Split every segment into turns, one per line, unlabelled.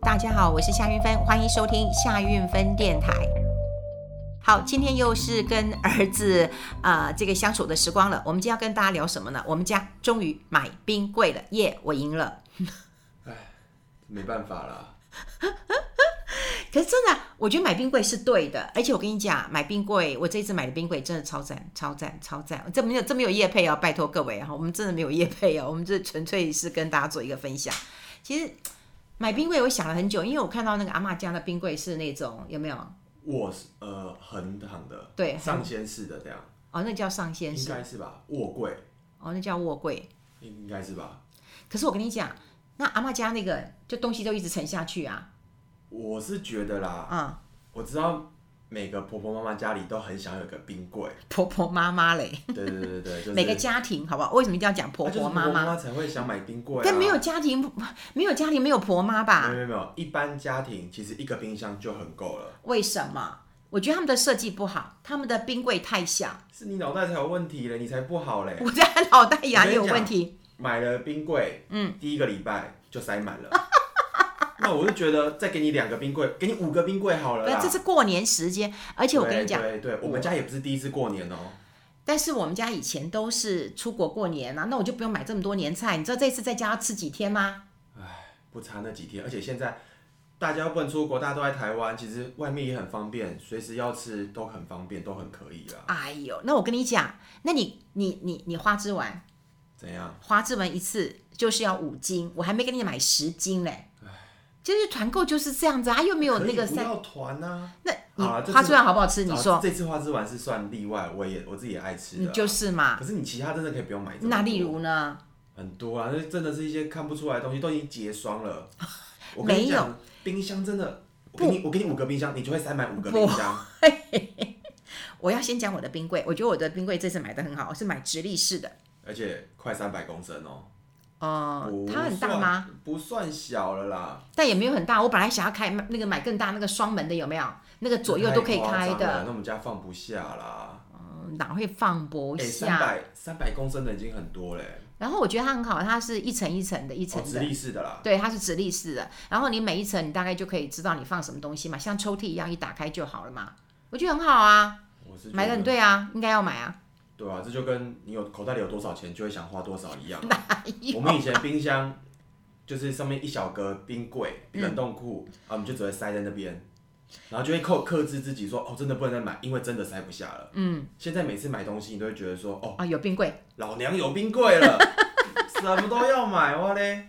大家好，我是夏运芬，欢迎收听夏运芬电台。好，今天又是跟儿子 啊、呃这个相处的时光了。我们今天要跟大家聊什么呢？我们家终于买冰柜了，耶、我赢了。
没办法啦，
可是真的，我觉得买冰柜是对的，而且我跟你讲，买冰柜，我这一次买的冰柜真的超赞，超赞，超赞！这没有这没有业配哦，拜托各位哈，我们真的没有业配哦，我们这纯粹是跟大家做一个分享。其实买冰柜我想了很久，因为我看到那个阿嬷家的冰柜是那种有没有？
卧室呃横躺的，
对
上掀式的这样，
哦，那叫上仙
应
室，
该是吧？卧柜
哦，那叫卧柜。
应该是吧？
可是我跟你讲，那阿嬷家那个就东西都一直沉下去啊，
我是觉得啦，
啊、
我知道每个婆婆妈妈家里都很想有个冰柜，
婆婆妈妈嘞，
对对对对对，就是
每个家庭好不好？为什么一定要讲婆
啊就是
婆
婆
妈
妈
妈？
才会想买冰柜、啊，
但没有啊家庭， 没有家庭没有婆妈吧？
没有没有没有，一般家庭其实一个冰箱就很够了，
为什么？我觉得他们的设计不好，他们的冰柜太小，
是你脑袋才有问题嘞，你才不好嘞，
我家脑袋牙也有问题。
买了冰柜，嗯，第一个礼拜就塞满了。 那我就觉得再给你两个冰柜，给你五个冰柜好了
不是
啦。，
这是过年时间，而且我跟你讲，
啊对对对，我们家也不是第一次过年哦、
但是我们家以前都是出国过年啊，那我就不用买这么多年菜。你知道这次在家要吃几天吗？
不差那几天，而且现在大家又不能出国，大家都在台湾，其实外面也很方便，随时要吃都很方便，都很可以啦。
哎呦，那我跟你讲，那你你你你花枝丸，
怎样？
花枝丸一次就是要五斤，我还没给你买十斤嘞。就是团购就是这样子啊，又没有那个
可以不
三，
要团啊。
那你
好啦这次
花枝丸好不好吃？你说
啊这次花枝丸是算例外，我也我自己也爱吃
你
的啊。
就是嘛。
可是你其他真的可以不用买这么多。
那例如呢？
很多啊，那真的是一些看不出来的东西，都已经结 霜了。我跟你讲，冰箱真的，我给你我给你五个冰箱，你就会塞满五个冰箱。
我要先讲我的冰柜，我觉得我的冰柜这次买的很好，我是买直立式的。
而且快三百公升哦、
哦、
不
它很大吗？
算？不算小了啦。
但也没有很大。我本来想要开那个买更大那个双门的，有没有？那个左右都可以开
太夸张了
的，
那我们家放不下啦。
嗯哪会放不
哎、
下
三？百三百公升的已经很多嘞、
然后我觉得它很好，它是一层一层的，一层
哦，直
的。
立式的啦。
对，它是直立式的，然后你每一层你大概就可以知道你放什么东西嘛，像抽屉一样一打开就好了嘛，我觉得很好啊，
我是觉得
买的很对啊，应该要买啊，
对啊，这就跟你有口袋里有多少钱，就会想花多少 一样啊。
哎
我们以前冰箱就是上面一小格冰柜、
嗯
冷冻库、啊，我们就只会塞在那边，然后就会克克制自己说，哦，真的不能再买，因为真的塞不下了。嗯，现在每次买东西，你都会觉得说，哦，
啊有冰柜，
老娘有冰 柜了，什么都要买哇嘞！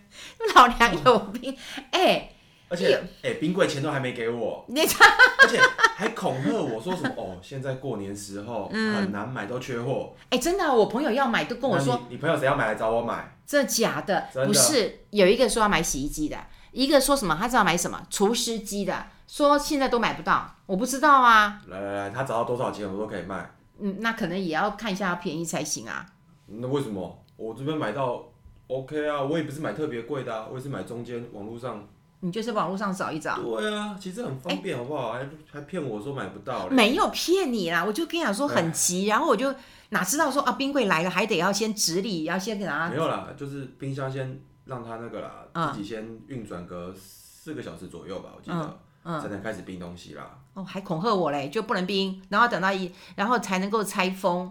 老娘啊有冰，哎、
而且，哎、冰柜钱都还没给 我，
你
而且还恐吓我说什么，哦，现在过年时候很难买，都缺货。
哎、真的啊、我朋友要买都嗯跟我
那
说，
你，你朋友谁要买来找我买？
这假的，
真的
不是有一个说要买洗衣机的，一个说什么他知道买什么除湿机的，说现在都买不到，我不知道啊，
来来来，他找到多少钱我都可以卖。
嗯，那可能也要看一下便宜才行啊。
那为什么我这边买到 OK 啊？我也不是买特别贵的啊，我也是买中间网络上。
你就是网络上找一找，
对啊，其实很方便，好不好？还还骗我说买不到嘞。
哎没有骗你啦，我就跟你讲说很急，然后我就哪知道说啊冰柜来了还得要先直立，要先给他
没有啦，就是冰箱先让它那个啦，
嗯
自己先运转个四个小时左右吧，我记
嗯
得，才能开始冰东西啦。
哦还恐吓我嘞，就不能冰，然后等到一然后才能够拆封，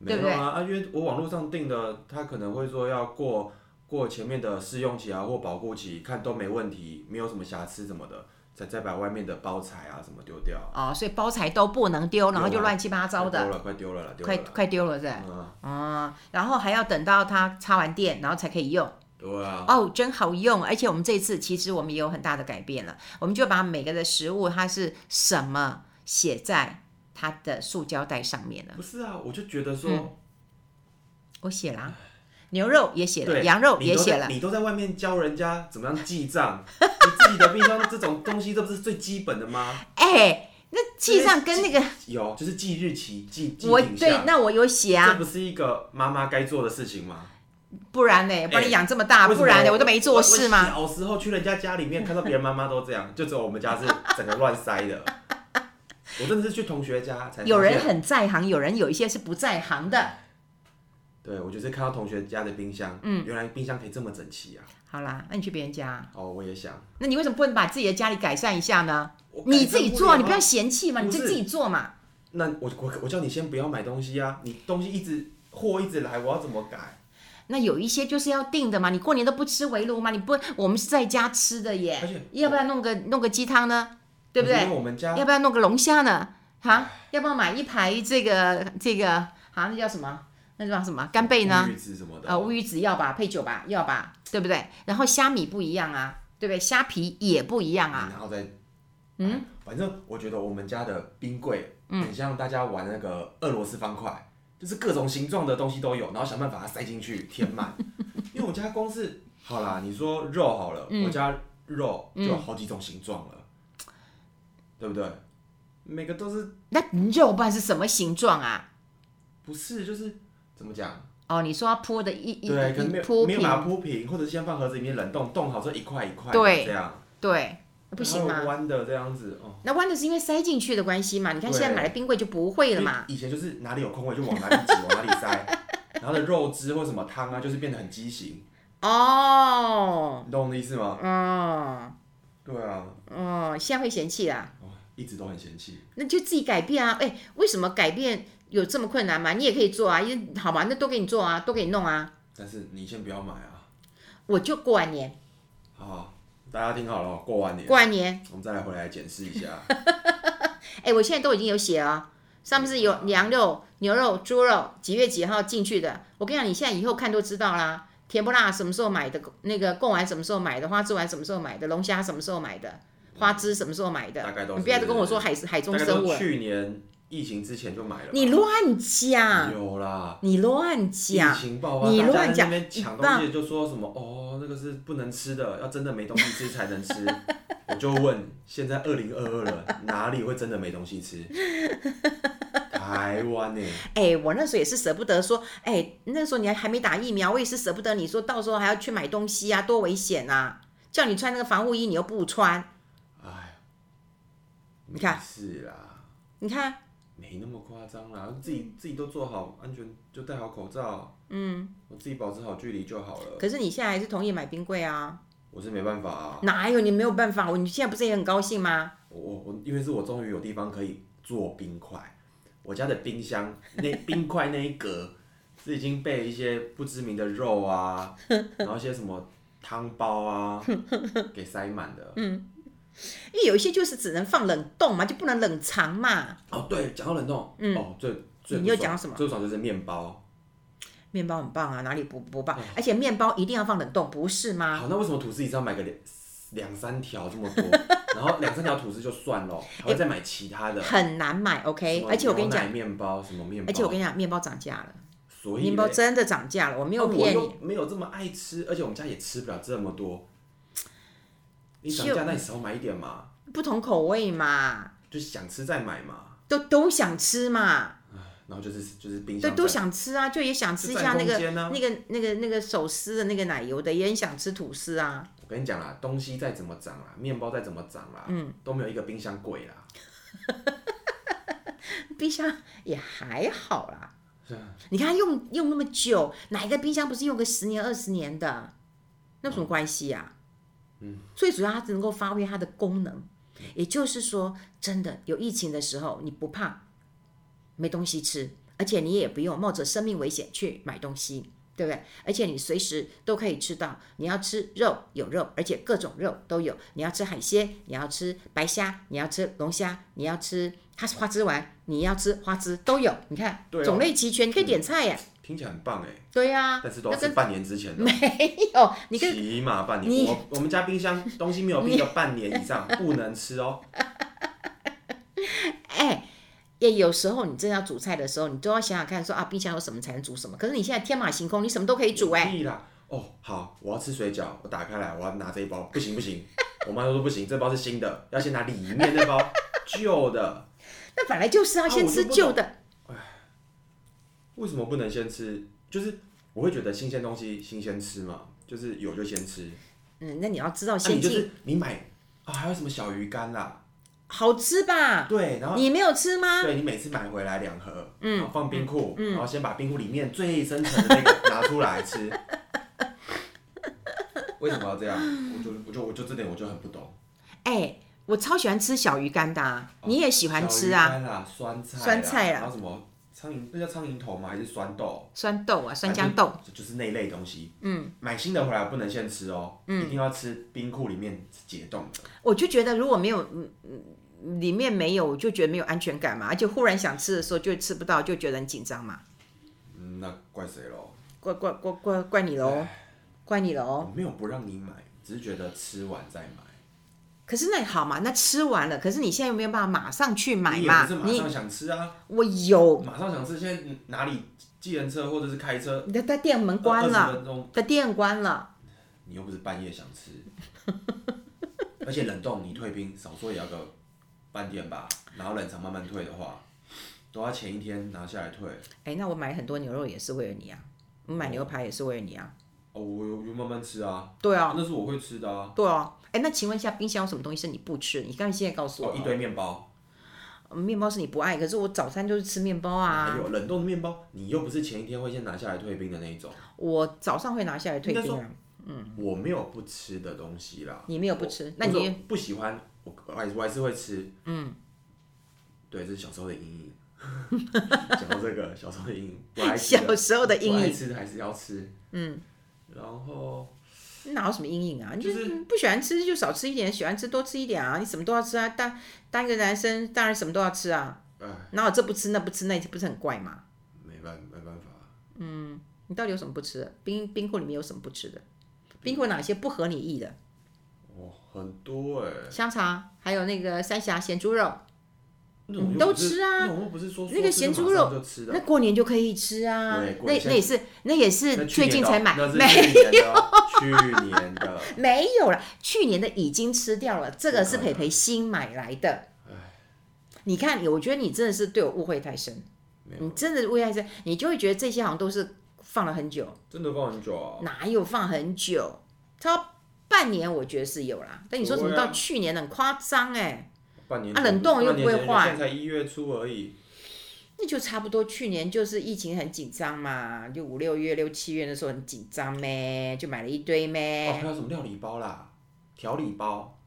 没
对
有
不
啊，啊，因为我网络上订的，他可能会说要过过前面的试用期啊或保护期，看都没问题，没有什么瑕疵什么的，才再把外面的包材啊什么丢掉。
哦，所以包材都不能丢，然后就
丢啊
乱七八糟的，
丢了，快丢了啦，丢了
快
啦。
快丢了是吧
嗯，
哦，然后还要等到它插完电，然后才可以用。
对啊，
哦，真好用！而且我们这次其实我们也有很大的改变了，我们就把每个的食物它是什么写在它的塑胶袋上面了。
不是啊，我就觉得说，
嗯我写了啊、牛肉也写了，
对
羊啊肉
你
也
都
写
在
了。
你都在外面教人家怎么样记账， 你自己的冰箱这种东西，这不是最基本的吗？
哎，那记账
这
跟
些
那个
有，就是记日期，记记
我
影
对
像，，
那我有写啊
这，不是一个妈妈该做的事情吗？
不然呢？不然
哎
你养这么大，不然呢？我都没做事
嘛。
嘛。
我小时候去人家家里面，看到别人妈妈都这样，就只有我们家是整个乱塞的。我真的是去同学家才发现
有人很在行，有人有一些是不在行的。
对我就是看到同学家的冰箱，嗯，原来冰箱可以这么整齐啊！
好啦，那你去别人家，
哦，我也想，
那你为什么不能把自己的家里改善一下呢？
我改
你
善
自己
不
做，
了
你不
啊
要嫌弃嘛，你
不
就是自己做嘛。
那我我我叫你先不要买东西啊！你东西一直货一直来，我要怎么改？
那有一些就是要定的嘛，你过年都不吃围炉嘛，你不，我们是在家吃的
而
耶，
且
要不要弄个弄个鸡汤呢？对不对？
因为我们家
要不要弄个龙虾呢？哈，要不要买一排这个这个啊？那叫什么？那叫什么干贝呢？
乌鱼子什么的，
呃，乌鱼子要吧，配酒吧要吧，对不对？然后虾米不一样啊，对不对？虾皮也不一样啊。
然后再嗯，反正我觉得我们家的冰柜
嗯
很像大家玩那个俄罗斯方块，就是各种形状的东西都有，然后想办法把它塞进去填 满。因为我家光是好啦，你说肉好了，
嗯
我家肉就有好几种形状了，对不对？每个都是
那肉瓣是什么形状啊？
不是就是怎么讲？
哦，你说要铺的一一
对，可能没
一
有
铺
没有把它
平，
铺平，或者先放盒子里面冷冻，冻好之后一块一块的
对
这样，
对，那不行
然后
吗？
弯的这样子哦。
那弯的是因为塞进去的关系嘛？你看
对
现在买了冰柜就不会了嘛。
以以前就是哪里有空位就往哪里挤，往哪里 塞，然后的肉汁或什么汤啊，就是变得很畸形，
哦，
你懂我的意思吗？
哦，
对啊，
哦，现在会嫌弃啦、
哦一直都很嫌弃。
那就自己改变啊！哎，为什么改变有这么困难吗？你也可以做啊，因为好嘛，那都给你做啊，都给你弄啊。
但是你先不要买啊，
我就过完年，
好好，大家听好了，哦过完年
过完年，
我们再来回来检视一下。
哎，我现在都已经有写啊、上面是有羊肉、牛肉、猪肉几月几号进去的。我跟你讲，你现在以后看都知道啦。甜不辣什么时候买的？那个贡丸什么时候买的？花枝丸什么时候买的？龙虾什么时候买的？花枝什么时候买的
大概？都是
你不要再跟我说海海中
大概
生
都
物了，
去年疫情之前就买了吧，
你啊乱讲，
有啦。
你乱
疫
讲。
情爆发，
你
大家
乱
在
讲
那边抢东西就说什么哦，那个是不能吃的，要真的没东西吃才能 吃。我就问，现在二零二二了，哪里会真的没东西吃？台湾呢、
哎、我那时候也是舍不得说，哎、那时候你还还没打疫苗，我也是舍不得你说到时候还要去买东西啊，多危险啊！叫你穿那个防护衣，你又不穿，
哎，
你看
是啦，
你看
没那么夸张啦，自
嗯
己自己都做好安全，就戴好口罩，嗯，我自己保持好距离就好了。
可是你现在还是同意买冰柜啊？
我是没办法啊，
哪有你没有办法？我你现在不是也很高兴吗？
我我我，因为是我终于有地方可以做冰块，我家的冰箱那冰块那一格是已经被一些不知名的肉啊，然后一些什么汤包啊给塞满的。
嗯因为有一些就是只能放冷冻嘛，就不能冷藏嘛。
哦，对，讲到冷冻，哦，最
嗯
最
你
不
又
爽
讲到什么
最不爽就是面包。
面包很棒啊，哪里不不棒？而且面包一定要放冷冻，不是吗？
嗯好，那为什么吐司一次要买个两两三条这么多？ 然后两三条吐司就算了，还会再买其他的。
很难买
什
，OK？
么
哎而且我跟你
牛奶
讲，
面包什么面包，
而且我跟你讲，面包涨价了，
所以
面包
嘞
真的涨价了，我没
啊
有骗你。
我又没有这么爱吃，而且我们家也吃不了这么多。你涨
就
价，那你少买一点嘛，
不同口味嘛，
就是想吃再买嘛。
都都想吃嘛，
然后就是就是冰
都
箱
都
占
想吃啊，就也想吃一
就
下
占
那
空
个、
间啊
那个那个那个手撕的那个奶油的，也很想吃吐司啊。
我跟你讲啦，东西再怎么涨啦，面包再怎么涨啦，
嗯
都没有一个冰箱贵啦。
冰箱也还好啦，你看用用那么久，哪一个冰箱不是用个十年二十年的，那有什么关系呀、嗯，最主要它只能够发挥它的功能，也就是说，真的有疫情的时候，你不怕没东西吃，而且你也不用冒着生命危险去买东西，对不对？而且你随时都可以吃到，你要吃肉有肉，而且各种肉都有。你要吃海鲜，你要吃白虾，你要吃龙虾，你要吃它是花枝丸，你要吃花枝都有。你看，
对哦
种类齐全，你可以点菜耶。
听起来很棒哎、
对呀、
但是都
啊
要
那
是
跟
半年之前的，
哦，你跟
起码半
你
年。我我们家冰箱东西没有冰个半年 以上，不能吃哦。
哎。也有时候你真的要煮菜的时候，你都要想想看说啊，冰箱有什么才能煮什么。可是你现在天马行空，你什么都可以煮哎、
屁啦！哦，好，我要吃水饺，我打开来，我要拿这一包，不行不行， 我妈说不行，这包是新的，要先拿里面那包 旧的。
那本来就是要
啊
先
我就
吃
不
旧
懂
的，
为什么不能先吃？就是我会觉得新鲜东西新鲜吃嘛，就是有就先吃。
嗯，那你要知道
那、啊、
先
你就
进
是你买啊，还有什么小鱼干啦，
好吃吧？
对，然后
你没嗯有吃吗？
对你每次买回来两盒，然后放冰库，然后先把冰库里面最深层的那个拿出来吃。为什么要这样？我就我就我就这点我就很不懂。
哎、我超喜欢吃小鱼干的、啊，你也喜欢吃啊？
哦小鱼干啦，酸菜，
酸菜啊啦
然后什么苍蝇，那叫苍蝇头吗？还是酸豆？
酸豆啊，酸豇豆，
反正就就是那一类东西。嗯，买新的回来不能现吃哦，
嗯
一定要吃冰库里面解冻的。
我就觉得如果没有，嗯嗯，里面没有，我就觉得没有安全感嘛，而且忽然想吃的时候就吃不到，就觉得很紧张嘛，
嗯，那怪谁喽？
怪怪怪怪怪你喽，怪你喽。
我没有不让你买，只是觉得吃完再买。
可是那好嘛，那吃完了，可是你现在又没有办法马上去买
你也
嘛
不是？马
你哦
上想吃啊，
我有，
马上想吃，现在哪里计程车或者是开车，
你的的店门关
20
了，
分钟，
的店关了，
你又不是半夜想吃，而且冷冻你退冰少说也要个半天吧，然后冷藏慢慢退的话，都要前一天拿下来退。
哎、那我买很多牛肉也是为了你啊，我买牛排也是为了你啊，
哦，我有有慢慢吃啊，
对啊，
那是我会吃的啊。
对啊，哎、那请问一下，冰箱有什么东西是你不吃的？你刚才现在告诉我
哦，
了，
一堆面包，
嗯面包是你不爱，可是我早餐就是吃面包
还
啊，
有冷冻的面包，你又不是前一天会先拿下来退冰的那一种。
我早上会拿下来退冰
哦应
啊，
我没有不吃的东西啦。
你没有不吃，那
我
你
说不喜欢，我我还是我还是会吃。嗯，对，这是小时候的阴影。 讲到这个，小时候的阴影，不爱吃的
小时候的阴
不爱
影，
吃的还是要吃。嗯，然后
哪有什么阴影啊？你就
就是
是不喜欢吃就少吃一点，喜欢吃多吃一点啊，你什么都要吃啊，当当一个男生当然什么都要吃啊，
哎，
哪有这不吃那不吃那不是很怪吗？
没办没办法，
你到底有什么不吃的？冰冰库里面有什么不吃的？冰库哪些不合你意的？
哇，哦很多哎、
香肠，还有那个三峡咸猪肉，
那种
你
又
都
不是
吃啊
那种又不是说
那个咸猪肉
说吃就马上就吃
那
的。
过年就可以吃啊
对。过
那
年
那也是那也
那
是
去
最
年
近
的
才买，
那是
没
去年的哦，去年的。
没有了，去年的已经吃掉了，这个是
不可
培
能
培新买来的。你看，我觉得你真的是对我误会太深，
没
你
有，
真的误会太深，你就会觉得这些好像都是放了很久，
真的放很久啊。
哪有放很久？超半年我觉得是有啦，但你说什么
不会啊
到去年很夸张哎，
半年
啊
前
冷冻又
半年
不会
前
坏
现在才一月初而已。
那就差不多去年就是疫情很紧张嘛，就五六月、六七月的时候很紧张咩，就买了一堆
哦，
咩
还有什么料理包啦，调理包，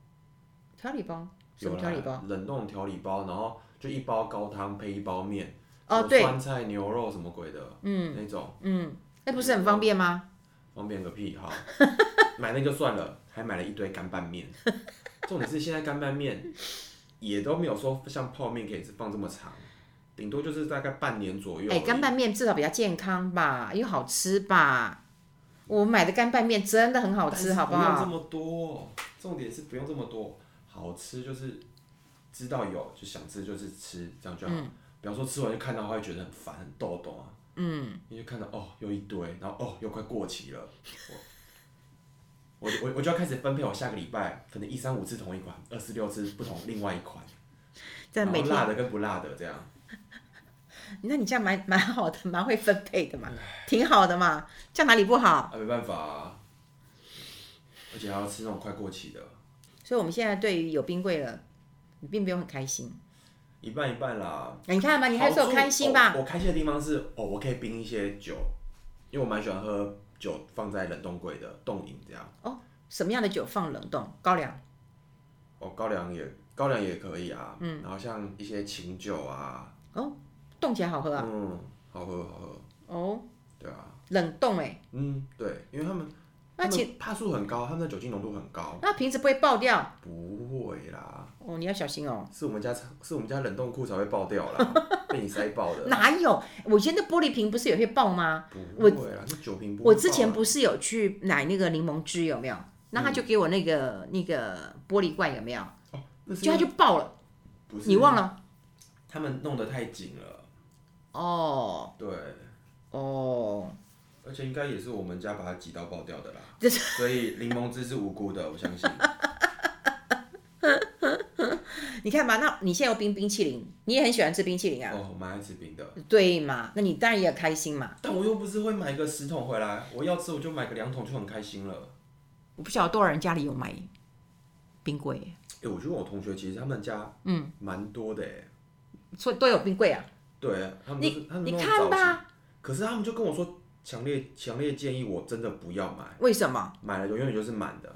调理包，什
有
么
啦
调理包？
冷冻调理包，然后就一包高汤配一包面，
哦
什么
对
酸菜牛肉什么鬼的，嗯，那种
那不是很方便吗？
方便个屁哈，买那就算了，还买了一堆干拌面， 重点是现在干拌面也都没有说像泡面可以放这么长，顶多就是大概半年左右而
哎、
已，
干拌面至少比较健康吧，又好吃吧。我买的干拌面真的很好
但
吃，
是
好不
用这
好？
么多，重点是不用这么多，好吃就是知道有就想吃就是吃，这样就好。
嗯
比方说吃完就看到会觉得很烦很痘痘啊，嗯，你就看到哦又一堆，然后哦又快过期了，我我我我就要开始分配我下个礼拜可能一三五吃同一款，二四六吃不同另外一款，
真
然
的
后
每
辣
天，
的跟不辣的这样，
那你这样蛮蛮好的，蛮会分配的
嗯
嘛，挺好的嘛。这样哪里不好？
啊没办法、啊，而且还要吃那种快过期的，
所以我们现在对于有冰柜了，你并没有很开心。
一半一半啦，
哎你看吧，你还是有
好处哦
开心吧？
我我开心的地方是，哦，我可以冰一些酒，因为我蛮喜欢喝酒放在冷冻柜的冻饮这样。
什么样的酒放冷冻？高粱，
哦，高粱也高粱也可以啊，嗯，然后像一些琴酒啊，
冻起来好喝啊。
嗯，好喝好喝，
哦，
对啊，
冷冻哎、
嗯对，因为他们
那
他
其
们帕数很高，他们的酒精浓度很高，
那瓶子不会爆掉
不会啦，
哦，你要小心哦。
是我们家是我们家冷冻库才会爆掉 啦，被你塞爆的，
哪有？我以前的玻璃瓶不是也会爆吗？
不会啦，那酒瓶不
啊
会
我
爆啊
之前不是有去买那个柠檬汁有没有？那他就给我那个、那个玻璃罐有没有？
哦，那是
就他就爆了，
不是
你忘了？
他们弄得太紧了，
哦
对。
哦，
而且应该也是我们家把它挤到爆掉的啦，
这
所以柠檬汁是无辜的，我相 信。
你看吧，那你现在有冰冰淇淋，你也很喜欢吃冰淇淋啊，
哦，我蛮爱吃冰的，
对嘛？那你当然也开心嘛。
但我又不是会买个十桶回来，我要吃我就买个两桶就很开心了。
我不晓得多少人家里有买冰柜，
哎、我觉得我同学其实他们家嗯蛮多的哎、
所以都有冰柜啊。
对他们都是
你
他们
你
都很
看
早期，
吧，
可是他们就跟我说强烈强烈建议我真的不要买，
为什么？
买了永远就是满的，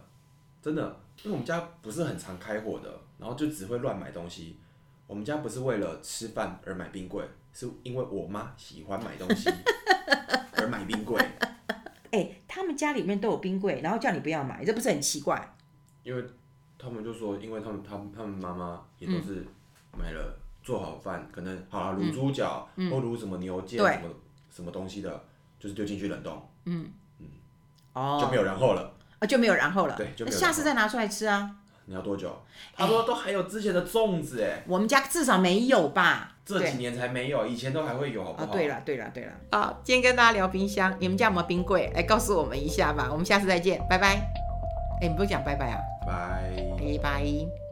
真的，因为我们家不是很常开火的，然后就只会乱买东西。我们家不是为了吃饭而买冰柜，是因为我妈喜欢 买东西而买冰柜，
哎、他们家里面都有冰柜，然后叫你不要买，这不是很奇怪？
因为他们就说，因为他们他们他们妈妈也都是买了做好饭，可能好了卤猪脚、或卤什么牛腱
嗯对
什么什么东西的，就是丢进去冷冻，就
嗯哦，
嗯没有然后了。
啊就没有然后了。
对就
那
没有
下
然
次再拿出来吃啊。
你要多久？
哎
他说都还有之前的粽子哎，
我们家至少没有吧？
这
对
几年才没有，以前都还会有好不
啊
好？，
对了，对了，对了。好，啊今天跟大家聊冰箱，你们家有没有冰柜？来告诉哎我们一下吧。我们下次再见，拜拜。哎、你不讲拜拜啊？
拜。
拜拜。